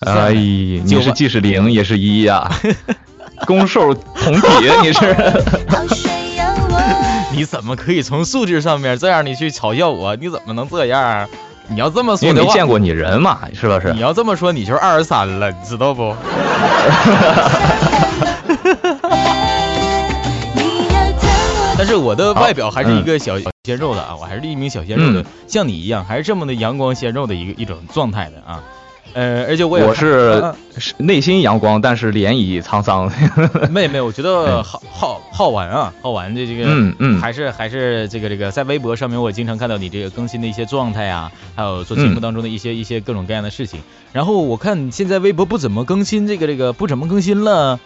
哎，你九是八既是零也是一啊， 攻受同体，你是 好水让我你怎么可以从素质上面这样你去嘲笑我？你怎么能这样？你要这么说因为的没话，嗯见过你人嘛，是不是你？要这么说，你就是二十三了，你知道不？你要将我但是我的外表还是一个小小鲜肉的啊，我还是一名小鲜肉的，嗯像你一样，还是这么的阳光鲜肉的一个一种状态的啊。呃，而且我也我看是啊是内心阳光，但是脸已沧 桑。妹妹，我觉得好好好玩啊，好玩的这个，嗯嗯还是还是这个这个，在微博上面，我经常看到你这个更新的一些状态啊，还有做节目嗯当中的一些、一些各种各样的事情。然后我看你现在微博不怎么更新，这个这个不怎么更新了，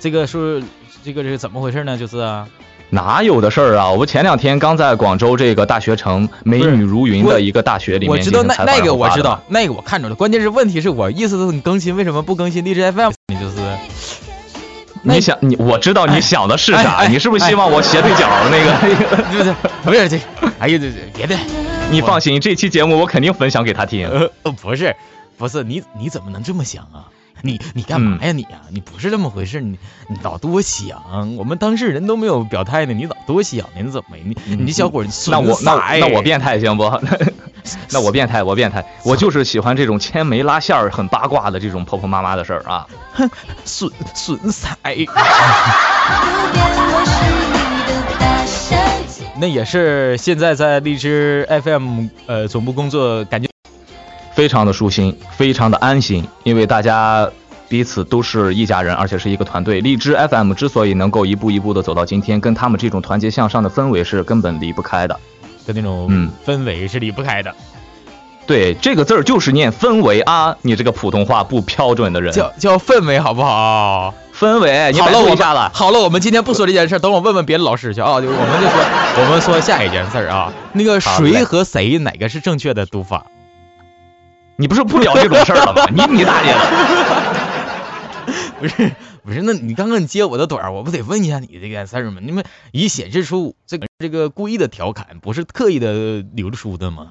这个是这个这个怎么回事呢？就是啊，哪有的事儿啊！我们前两天刚在广州这个大学城美女如云的一个大学里面我知道进那行采那访个然后我发的知道，那个我看着了。关键是问题是我意思是你更新为什么不更新荔枝 FM？你 就是那你想你我知道你想的是啥，哎哎哎你是不是希望我斜对角儿那个？不是不是这，哎呀这这别的， 你放心，这期节目我肯定分享给他听。呃呃不是不是你你怎么能这么想啊？你你干嗯嘛呀你呀、你不是这么回事，你你老多想，我们当事人都没有表态呢，你老多想呢，你怎么你你这小伙儿你嗯那我那损色我哎那我变态行不？ 那我变态，我变态，我就是喜欢这种牵眉拉线儿、很八卦的这种婆婆妈妈的事儿啊。损损色哎，不变，我是你的大小姐。那也是现在在荔枝 FM 呃总部工作，感觉非常的舒心，非常的安心，因为大家彼此都是一家人，而且是一个团队。荔枝 FM 之所以能够一步一步的走到今天，跟他们这种团结向上的氛围是根本离不开的。跟那种嗯氛围是离不开的。对，这个字儿就是念氛围啊！你这个普通话不标准的人，叫叫氛围好不好？氛围，哎你好百了，度我一下们了。好了，我们今天不说这件事儿，等我问问别的老师去啊。就我们就 说，我们说下一件事儿啊，那个好嘞谁和谁哪个是正确的读法？ 你不是不聊这种事儿了吗？你你大爷了！不是不是，那你刚刚你接我的短儿，我不得问一下你这件事儿吗？你们以显示出这个这个故意的调侃，不是刻意的流出的吗？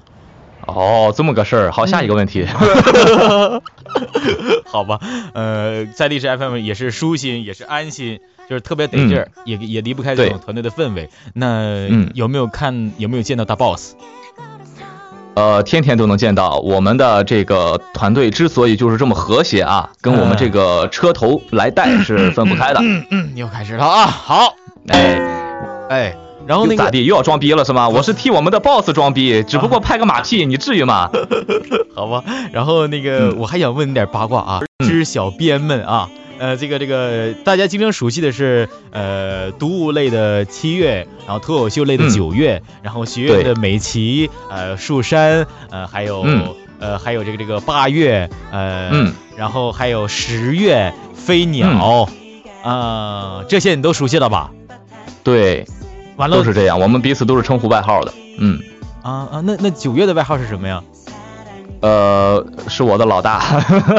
哦，这么个事儿。好，下一个问题。嗯 好吧，呃，在历史 FM 也是舒心，也是安心，就是特别得劲儿，也也离不开这种团队的氛围。那、嗯有没有看有没有见到大 boss？呃，天天都能见到我们的这个团队之所以就是这么和谐啊，跟我们这个车头来带是分不开的。嗯，又开始了啊！好，哎，哎，然后那又咋个啊地又要装逼了是吗？我是替我们的 boss 装逼，只不过拍个马屁，你至于吗？好吧，然后那嗯个我还想问你点八卦啊，知小编们啊。呃，这个这个，大家经常熟悉的是，呃，读物类的七月，然后脱口秀类的嗯九月，然后学院的美琪，呃，树山，呃，还有、嗯呃，还有这个这个八月，呃，嗯，然后还有十月飞鸟，嗯啊、这些你都熟悉了吧？对，完了都是这样，我们彼此都是称呼外号的。嗯，啊啊，那那九月的外号是什么呀？呃，是我的老大，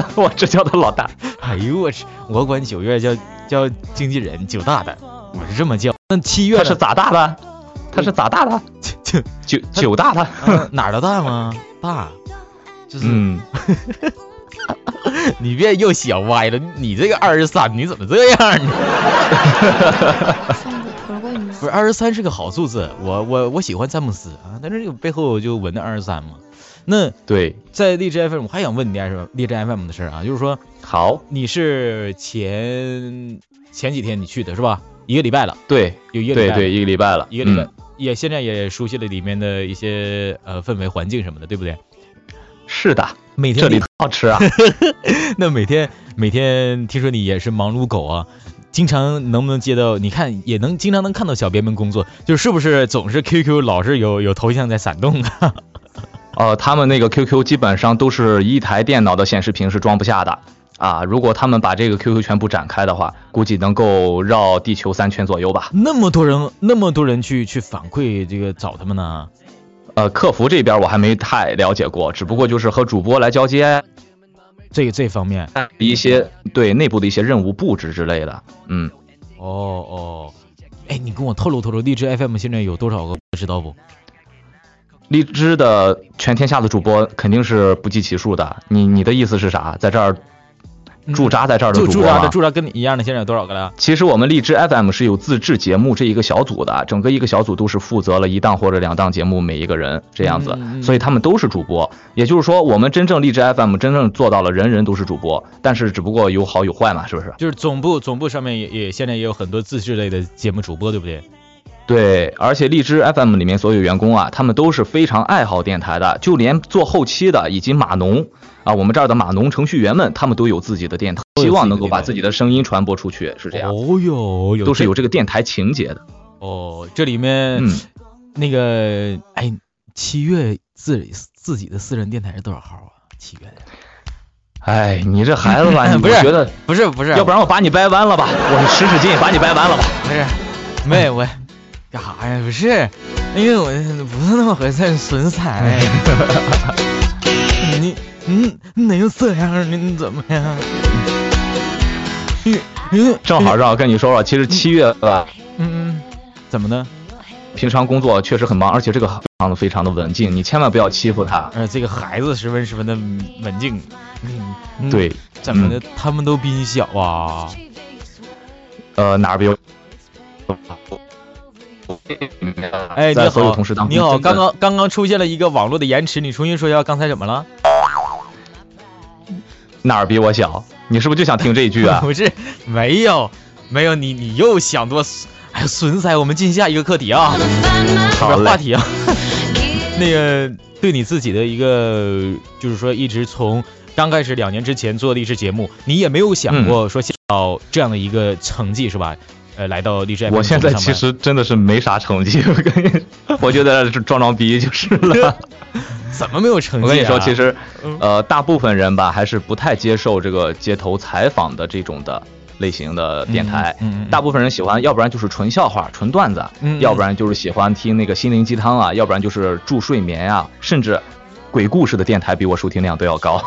我只叫他老大。哎呦我去，我管九月叫叫经纪人九大的，我是这么叫。那七月他呢是咋大的？他是咋大的？ 就九九大的。啊哪儿的大吗？大，就是、嗯，你别又想歪了，你这个二十三你怎么这样啊呢？不是二十三是个好数字，我我我喜欢詹姆斯啊，但是这个背后就纹的二十三嘛。那对，在荔枝 FM，我还想问你点什么荔枝 FM 的事儿啊，就是说好，你是前前几天你去的是吧？一个礼拜了，对，有一个礼对拜，对，，一个礼拜了，一个礼拜，嗯也现在也熟悉了里面的一些呃氛围、环境什么的，对不对？是的，每天这里你特好吃啊。 那每天每天听说你也是忙碌狗啊，经常能不能接到？你看也能经常能看到小编们工作，就是不是总是 QQ 老是有有头像在闪动啊？呃，他们那个 QQ 基本上都是一台电脑的显示屏是装不下的啊。如果他们把这个 QQ 全部展开的话，估计能够绕地球三圈左右吧。 那么多人那么多人去去反馈这个找他们呢？呃，客服这边我还没太了解过，只不过就是和主播来交接这这方面一些对内部的一些任务布置之类的。嗯，哦哦，哎，你跟我透露透露，荔枝 FM 现在有多少个？知道不？荔枝的全天下的主播肯定是不计其数的。你你的意思是啥？在这儿嗯驻扎在这儿的就主驻播扎的吗？驻扎跟你一样的，现在有多少个了？其实我们荔枝 FM 是有自制节目这一个小组的，整个一个小组都是负责了一档或者两档节目，每一个人这样子，嗯嗯所以他们都是主播。也就是说，我们真正荔枝 FM 真正做到了人人都是主播，但是只不过有好有坏嘛，是不是？就是总部总部上面也也现在也有很多自制类的节目主播，对不对？对，而且荔枝 FM 里面所有员工啊，他们都是非常爱好电台的，就连做后期的以及码农啊，我们这儿的码农程序员们，他们都有自己的电台，都有希望能自己的够把电台自己的声音传播出去，是这样，哦哟，有都是这有这个电台情节的。哦，这里面、嗯，那个哎，七月自己自己的私人电台是多少号啊？七月哎，你这孩子吧，你 不是我觉得。不是不是要不然我把你掰弯了吧，啊 我使使劲把你掰弯了吧。不是，妹我干啥呀？不是，因为我不是那么回事，损 彩。你你你能这样？你你怎么样？嗯嗯正好正好跟你说说，其实七月吧，嗯，怎么的？平常工作确实很忙，而且这个行当非常的文静，你千万不要欺负他。呃，这个孩子十分十分的文静。嗯，嗯对，，怎么的？他们都比你小啊？呃，哪儿不有？哎，你在好，所有同事当中，你好，真的刚刚刚刚出现了一个网络的延迟，你重新说一下刚才怎么了？哪儿比我小？你是不是就想听这一 句啊？ 不是，没有，没有，你你又想多，哎呀，损仔，我们进下一个课题啊，不好是嘞话题啊，那个对你自己的一个，就是说一直从刚开始两年之前做励志节目，你也没有嗯想过说想到这样的一个成绩是吧？呃，来到励志 FM 我现在节目上其班实真的是没啥成绩，我跟你， 我就在这装装逼就是了。怎么没有成绩、啊？我跟你说，其实嗯，呃，大部分人吧还是不太接受这个街头采访的这种的类型的电台，嗯嗯嗯嗯大部分人喜欢，要不然就是纯笑话、纯段子，嗯嗯要不然就是喜欢听那个心灵鸡汤啊，要不然就是助睡眠啊，甚至鬼故事的电台比我收听量都要高。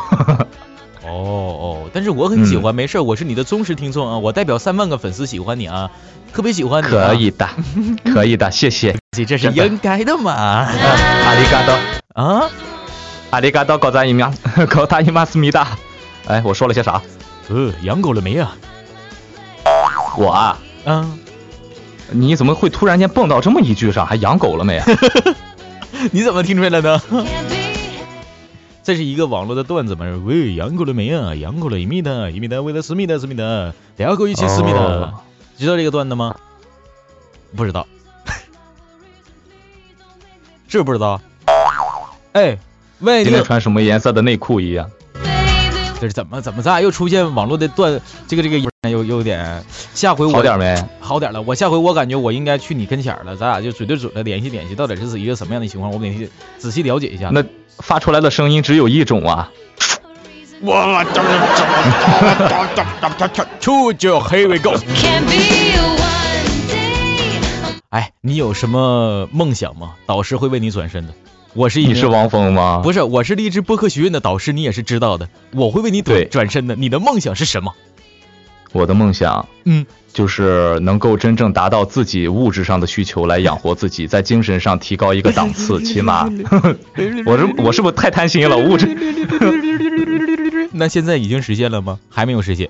哦哦，但是我很喜嗯欢，没事儿，我是你的忠实听众啊，我代表三万个粉丝喜欢你啊，特别喜欢你、 啊可，以的，可以的，谢谢。这是应该的 嘛阿里嘎多，啊，阿里嘎多，高赞一 秒，高大一马思密达。哎，我说了些啥？呃，养狗了没啊？我啊，啊，你怎么会突然间蹦到这么一句上？还养狗了没？啊你怎么听出来了呢？这是一个网络的段子嘛？喂，养狗了没啊？养狗了，一米的，一米的，为了思密达，思密达，两 狗一起思密达，哦知道这个段子吗？不知道， 是不知道？哎，喂，今你天穿什么颜色的内裤一样？这是怎么怎么咱俩又出现网络的段这个这个有有点，下回我好点没？好点了，我下回我感觉我应该去你跟前儿了，咱俩就嘴对嘴的联系联系，到底是一个什么样的情况，我给你仔细了解一下。那发出来的声音只有一种啊！出就 Here we go。 Can be one day. 哎，你有什么梦想吗？导师会为你转身的。我是一你名是汪峰吗？嗯不是，我是励志播客学院的导师，你也是知道的。我会为你对转转身的。你的梦想是什么？我的梦想，嗯，就是能够真正达到自己物质上的需求来养活自 己，在精神上提高一个档次，起码。我是我是 不是太贪心了？物质， 那现在已经实现了吗？还没有实现。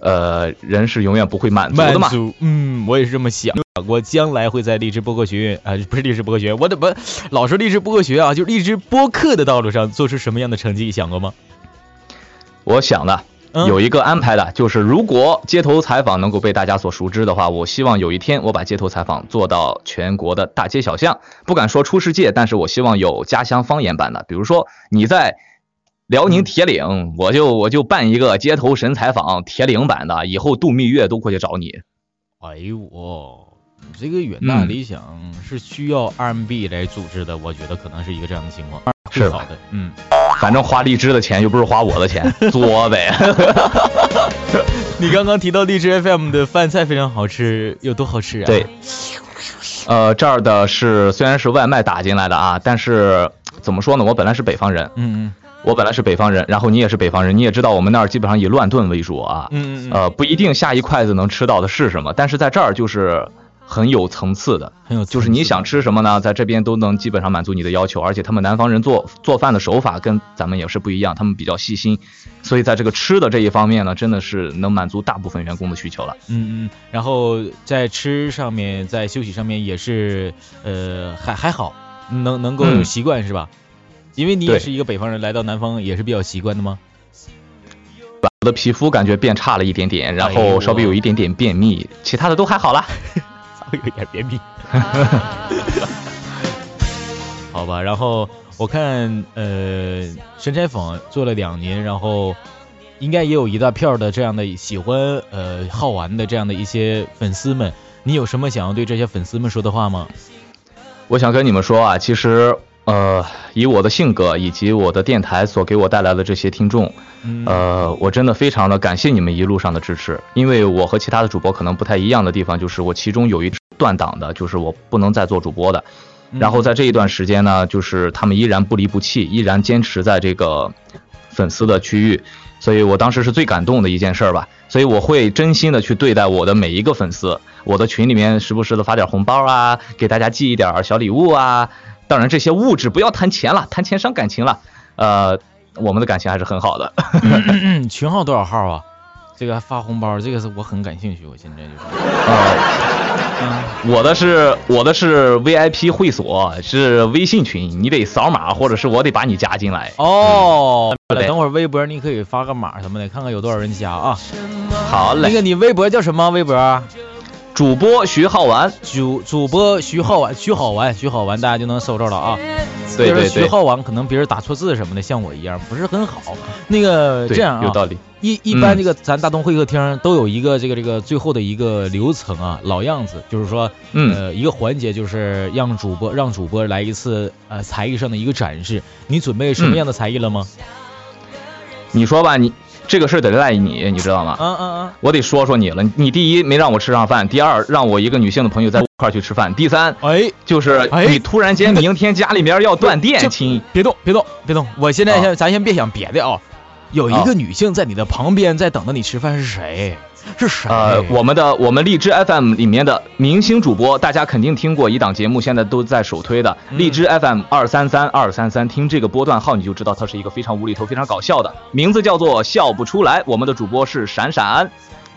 呃，人是永远不会满足满的嘛。足，嗯，我也是这么想。我将来会在励志播客学院啊、不是励志播客学院，我怎么老说励志播客学院啊？就励志播客的道路上做出什么样的成绩，想过吗？我想的嗯有一个安排的，就是如果街头采访能够被大家所熟知的话，我希望有一天我把街头采访做到全国的大街小巷，不敢说出世界，但是我希望有家乡方言版的，比如说你在。辽宁铁岭，我就我就办一个街头神采访铁岭版的，以后度蜜月都过去找你。哎呦，我这个远大理想是需要 RMB 来组织的，我觉得可能是一个这样的情况。是好吧的，嗯，反正花荔枝的钱又不是花我 的钱，作呗。你刚刚提到荔枝 FM 的饭菜非常好吃，有多好吃啊？对，呃，这儿的是虽然是外卖打进来的啊，但是怎么说呢？我本来是北方人，嗯，我本来是北方人，然后你也是北方人，你也知道我们那儿基本上以乱炖为主啊嗯。嗯嗯嗯，呃，不一定下一筷子能吃到的是什么，但是在这儿就是很有层次的，很有，就是你想，吃什么呢，在这边都能基本上满足你的要求，而且他们南方人做做饭的手法跟咱们也是不一样，他们比较细心，所以在这个吃的这一方面呢，真的是能满足大部分员工的需求了。嗯嗯，然后在吃上面，在休息上面也是，呃，还还好，能能够嗯习惯、是吧？因为你对也是一个北方人，来到南方也是比较习惯的吗？我的皮肤感觉变差了一点点，然哎呦后稍微有一点点便秘，其他的都还好啦。稍微有点便秘。好吧，然后我看呃，神采坊做了两年，然后应该也有一大票的这样的喜欢呃好玩的这样的一些粉丝们，你有什么想要对这些粉丝们说的话吗？我想跟你们说啊，其实呃，以我的性格以及我的电台所给我带来的这些听众，嗯呃，我真的非常的感谢你们一路上的支持，因为我和其他的主播可能不太一样的地方，就是我其中有一断档的，就是我不能再做主播的。嗯然后在这一段时间呢，就是他们依然不离不弃，依然坚持在这个粉丝的区域，所以我当时是最感动的一件事儿吧。所以我会真心的去对待我的每一个粉丝，我的群里面时不时的发点红包啊，给大家寄一点儿小礼物啊。当然这些物质不要谈钱了，谈钱伤感情了。呃，我们的感情还是很好的。嗯群号多少号啊？这个发红包，这个是我很感兴趣，我现在就是呃，我的是我的是 VIP 会所，是微信群，你得扫码，或者是我得把你加进来。哦。嗯对等会儿微博你可以发个码什么的，看看有多少人加啊。好那嘞，个你微博叫什么？微博？啊主播徐浩完，主主播徐浩完，徐好完，徐好完，大家就能搜着了 啊。对就是对徐对，浩完，可能别人打错字什么的，像我一样不是很好。那个对这样有啊，道理。一一般嗯这个咱大东会客厅都有一个这个这个最后的一个流程啊，老样子，就是说嗯，呃，一个环节就是让主播让主播来一次呃嗯才艺上的一个展示。你准备什么样的才艺了吗？你说吧，你这个事儿得赖你，你知道吗？嗯嗯我得说说你了，你第一没让我吃上饭，第二让我一个女性的朋友在我一块儿去吃饭，第三嗯，哎，就是哎你突然间明天家里面要断电，这亲，别动，别动，别动！我现在啊先，咱先别想别的啊。有一啊个女性在你的旁边，在等着你吃饭，是谁？是谁？呃，我们的我们荔枝 FM 里面的明星主播，大家肯定听过一档节目，现在都在首推的荔枝 FM 二三三二三三，听这个波段号你就知道它是一个非常无厘头、非常搞笑的，名字叫做笑不出来。我们的主播是闪闪，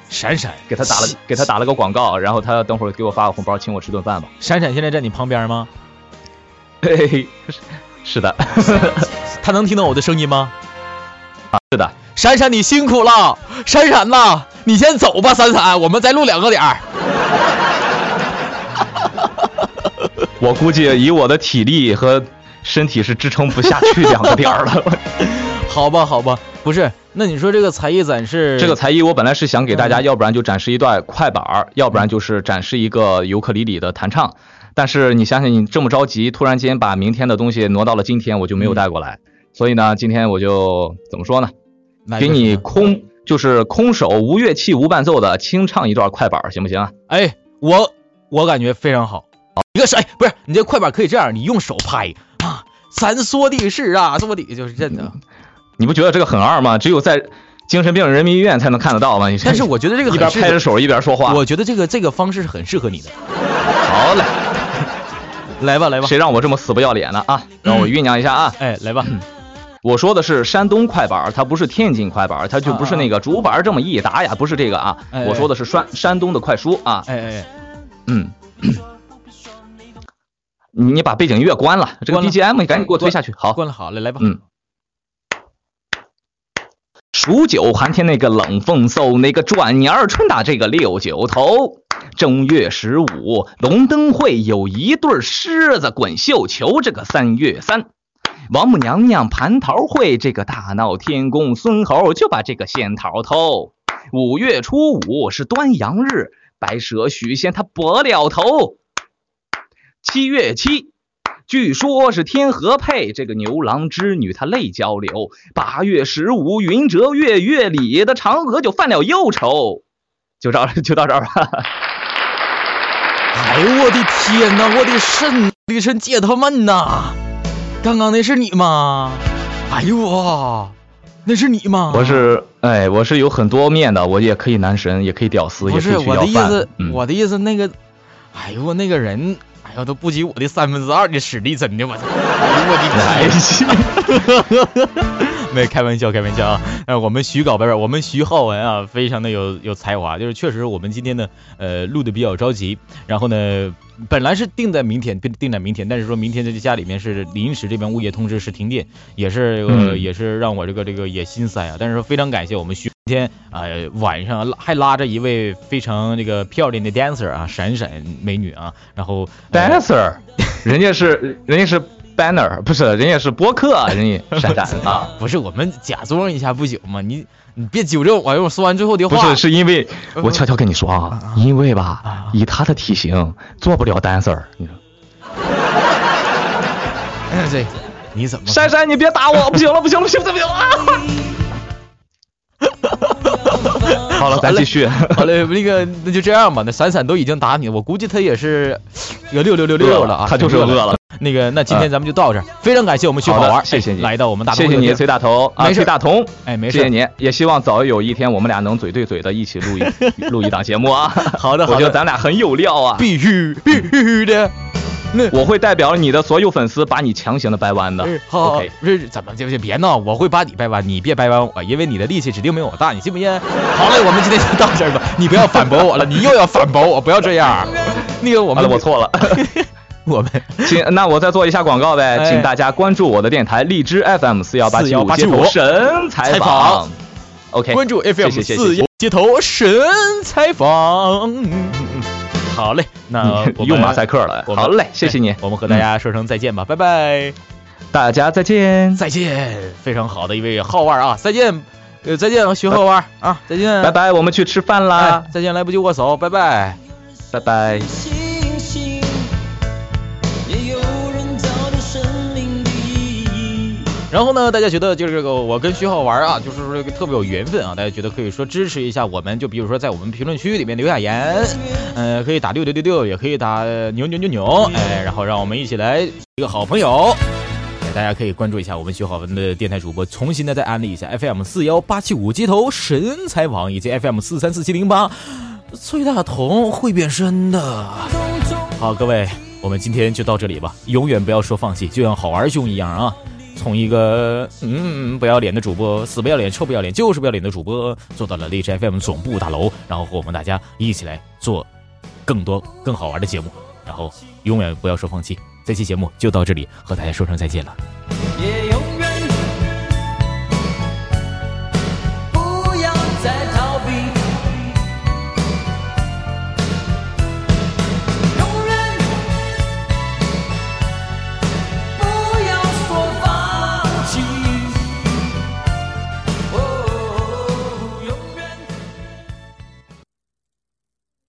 闪闪给他打了给他打了个广告，然后他等会儿给我发个红包，请我吃顿饭吧。闪闪现在在你旁边吗？嘿嘿，是是的， 她能听到我的声音吗？是的，闪闪，你辛苦了，闪闪呐，你先走吧，闪闪，我们再录两个点儿。我估计以我的体力和身体是支撑不下去两个点 儿了。好吧，好吧，不是，那你说这个才艺展示，这个才艺我本来是想给大家，嗯要不然就展示一段快板儿，要不然就是展示一个尤克里里的弹唱。但是你想想，你这么着急，突然间把明天的东西挪到了今天，我就没有带过来。嗯所以呢，今天我就怎么说呢？来给个什你么空，就是空手无乐器无伴奏的清唱一段快板儿，行不行啊？哎，我我感觉非常好。一个是哎，不是你这快板可以这样，你用手拍啊，咱说的是啊，说的就是真的。你不觉得这个很二吗？只有在精神病人民医院才能看得到吗？你但是我觉得这个一很边适拍合着手一边说话。我觉得这个这个方式很适合你的。好嘞，来吧，来吧，哎谁让我这么死不要脸呢啊？嗯让我酝酿一下啊。哎，来吧，我说的是山东快板儿，它不是天津快板儿，它就不是那个竹板儿这么一打呀，不是这个啊哎哎。我说的是山山东的快书啊，哎哎哎，嗯。 你你把背景音乐关了，这个关了 BGM 你赶紧给我推下去。好，关了好，来来吧，嗯数九寒天那个冷风嗖，那个转年儿春打这个六九头。正月十五，龙灯会有一对儿狮子滚绣球，这个三月三。王母娘娘蟠桃会，这个大闹天宫，孙猴就把这个仙桃偷。五月初五是端阳日，白蛇许仙他搏了头。七月七，据说是天河配这个牛郎织女，她泪交流。八月十五，云遮月，月里的嫦娥就犯了忧愁。就到就到这儿吧。哎呦我的天呐，我的肾，我的肾姐他们呐，刚刚那是你吗？哎呦哇，那是你吗？ 我是哎，我是有很多面的，我也可以男神，也可以屌丝，也不可以是去我要的意饭。思，嗯、 我的意思，那个，哎呦，那个人，哎呦，都不及我的三分之二的实力，真的，我操！哎呦，我的天！来 没开玩笑，开玩笑啊！呃，我们徐搞不是，我们徐浩文啊，非常的有有才华，就是确实我们今天呢，呃，录的比较着急，然后呢，本来是定在明天，定定在明天，但是说明天这家里面是临时这边物业通知是停电，也是呃、嗯也是让我这个这个也心塞啊，但是说非常感谢我们徐。今天呃晚上拉还拉着一位非常这个漂亮的 dancer 啊，闪闪美女啊，然后、呃、 dancer，人家是人家是 banner，不是人家是播客，人家闪闪 啊。不是我们假装一下不行吗？你你别纠正我，哎我说完最后的不话是，是因为呃我悄悄跟你说啊，因为吧啊，以他的体型做不了 dancer。你说，哎这你怎么珊珊，你别打我，不行了，不行了，不行了，不行 了啊！好了，咱继续。好嘞，那个那就这样吧。那闪闪都已经打你了，我估计他也是这个六六六六了啊，他就是 饿饿。了。那个，那今天咱们就到这儿，非常感谢我们徐好好玩的，谢谢你来到我们大谢谢你，崔大，大头啊，没事崔大同，哎，没谢谢事，你，也希望早有一天我们俩能嘴对嘴的一 起录一录一档节目啊。好的我好觉得的，咱俩很有料啊。必须必须的。我会代表你的所有粉丝把你强行的掰弯的哎。好，好 OK，不是怎么就就别闹，我会把你掰弯，你别掰弯我，因为你的力气指定没有我大，你信不信？好嘞，我们今天就到这儿吧，你不要反驳我了，你又要反驳我，不要这样。那个我完们了，我错了。 我们 请那我再做一下广告呗，哎请大家关注我的电台荔枝 FM 四幺八七41875五街头神采采访访。OK，关注 FM 谢谢四谢谢街头神采访。嗯嗯嗯好嘞，那呃我用们嗯马赛克了。我们哎好嘞，谢谢你，嗯我们和大家说声再见吧，拜拜，大家再见，再见，非常好的一位号腕啊，再见，呃，再见，徐号腕啊，再见，拜拜，我们去吃饭啦哎，，再见，来不及握手，拜拜。拜拜。星星，也有人找到生命的意义。让然后呢，大家觉得就是这个我跟徐浩玩啊，就是说这个特别有缘分啊，大家觉得可以说支持一下我们，就比如说在我们评论区里面留下言，呃，可以打六六六六，也可以打呃牛牛牛牛，哎，然后让我们一起来一个好朋友。哎大家可以呃关注一下我们徐浩文的电台主播，重新的再安利一下 FM 四幺八七五街头神采网以及 FM 四三四七零八，崔大同会变身的。好，各位，我们今天就到这里吧。永远不要说放弃，就像好玩兄一样啊！从一个嗯不要脸的主播，死不要脸、臭不要脸、就是不要脸的主播，做到了荔枝 FM 总部大楼，然后和我们大家一起来做更多更好玩的节目。然后永远不要说放弃。这期节目就到这里，和大家说声再见了，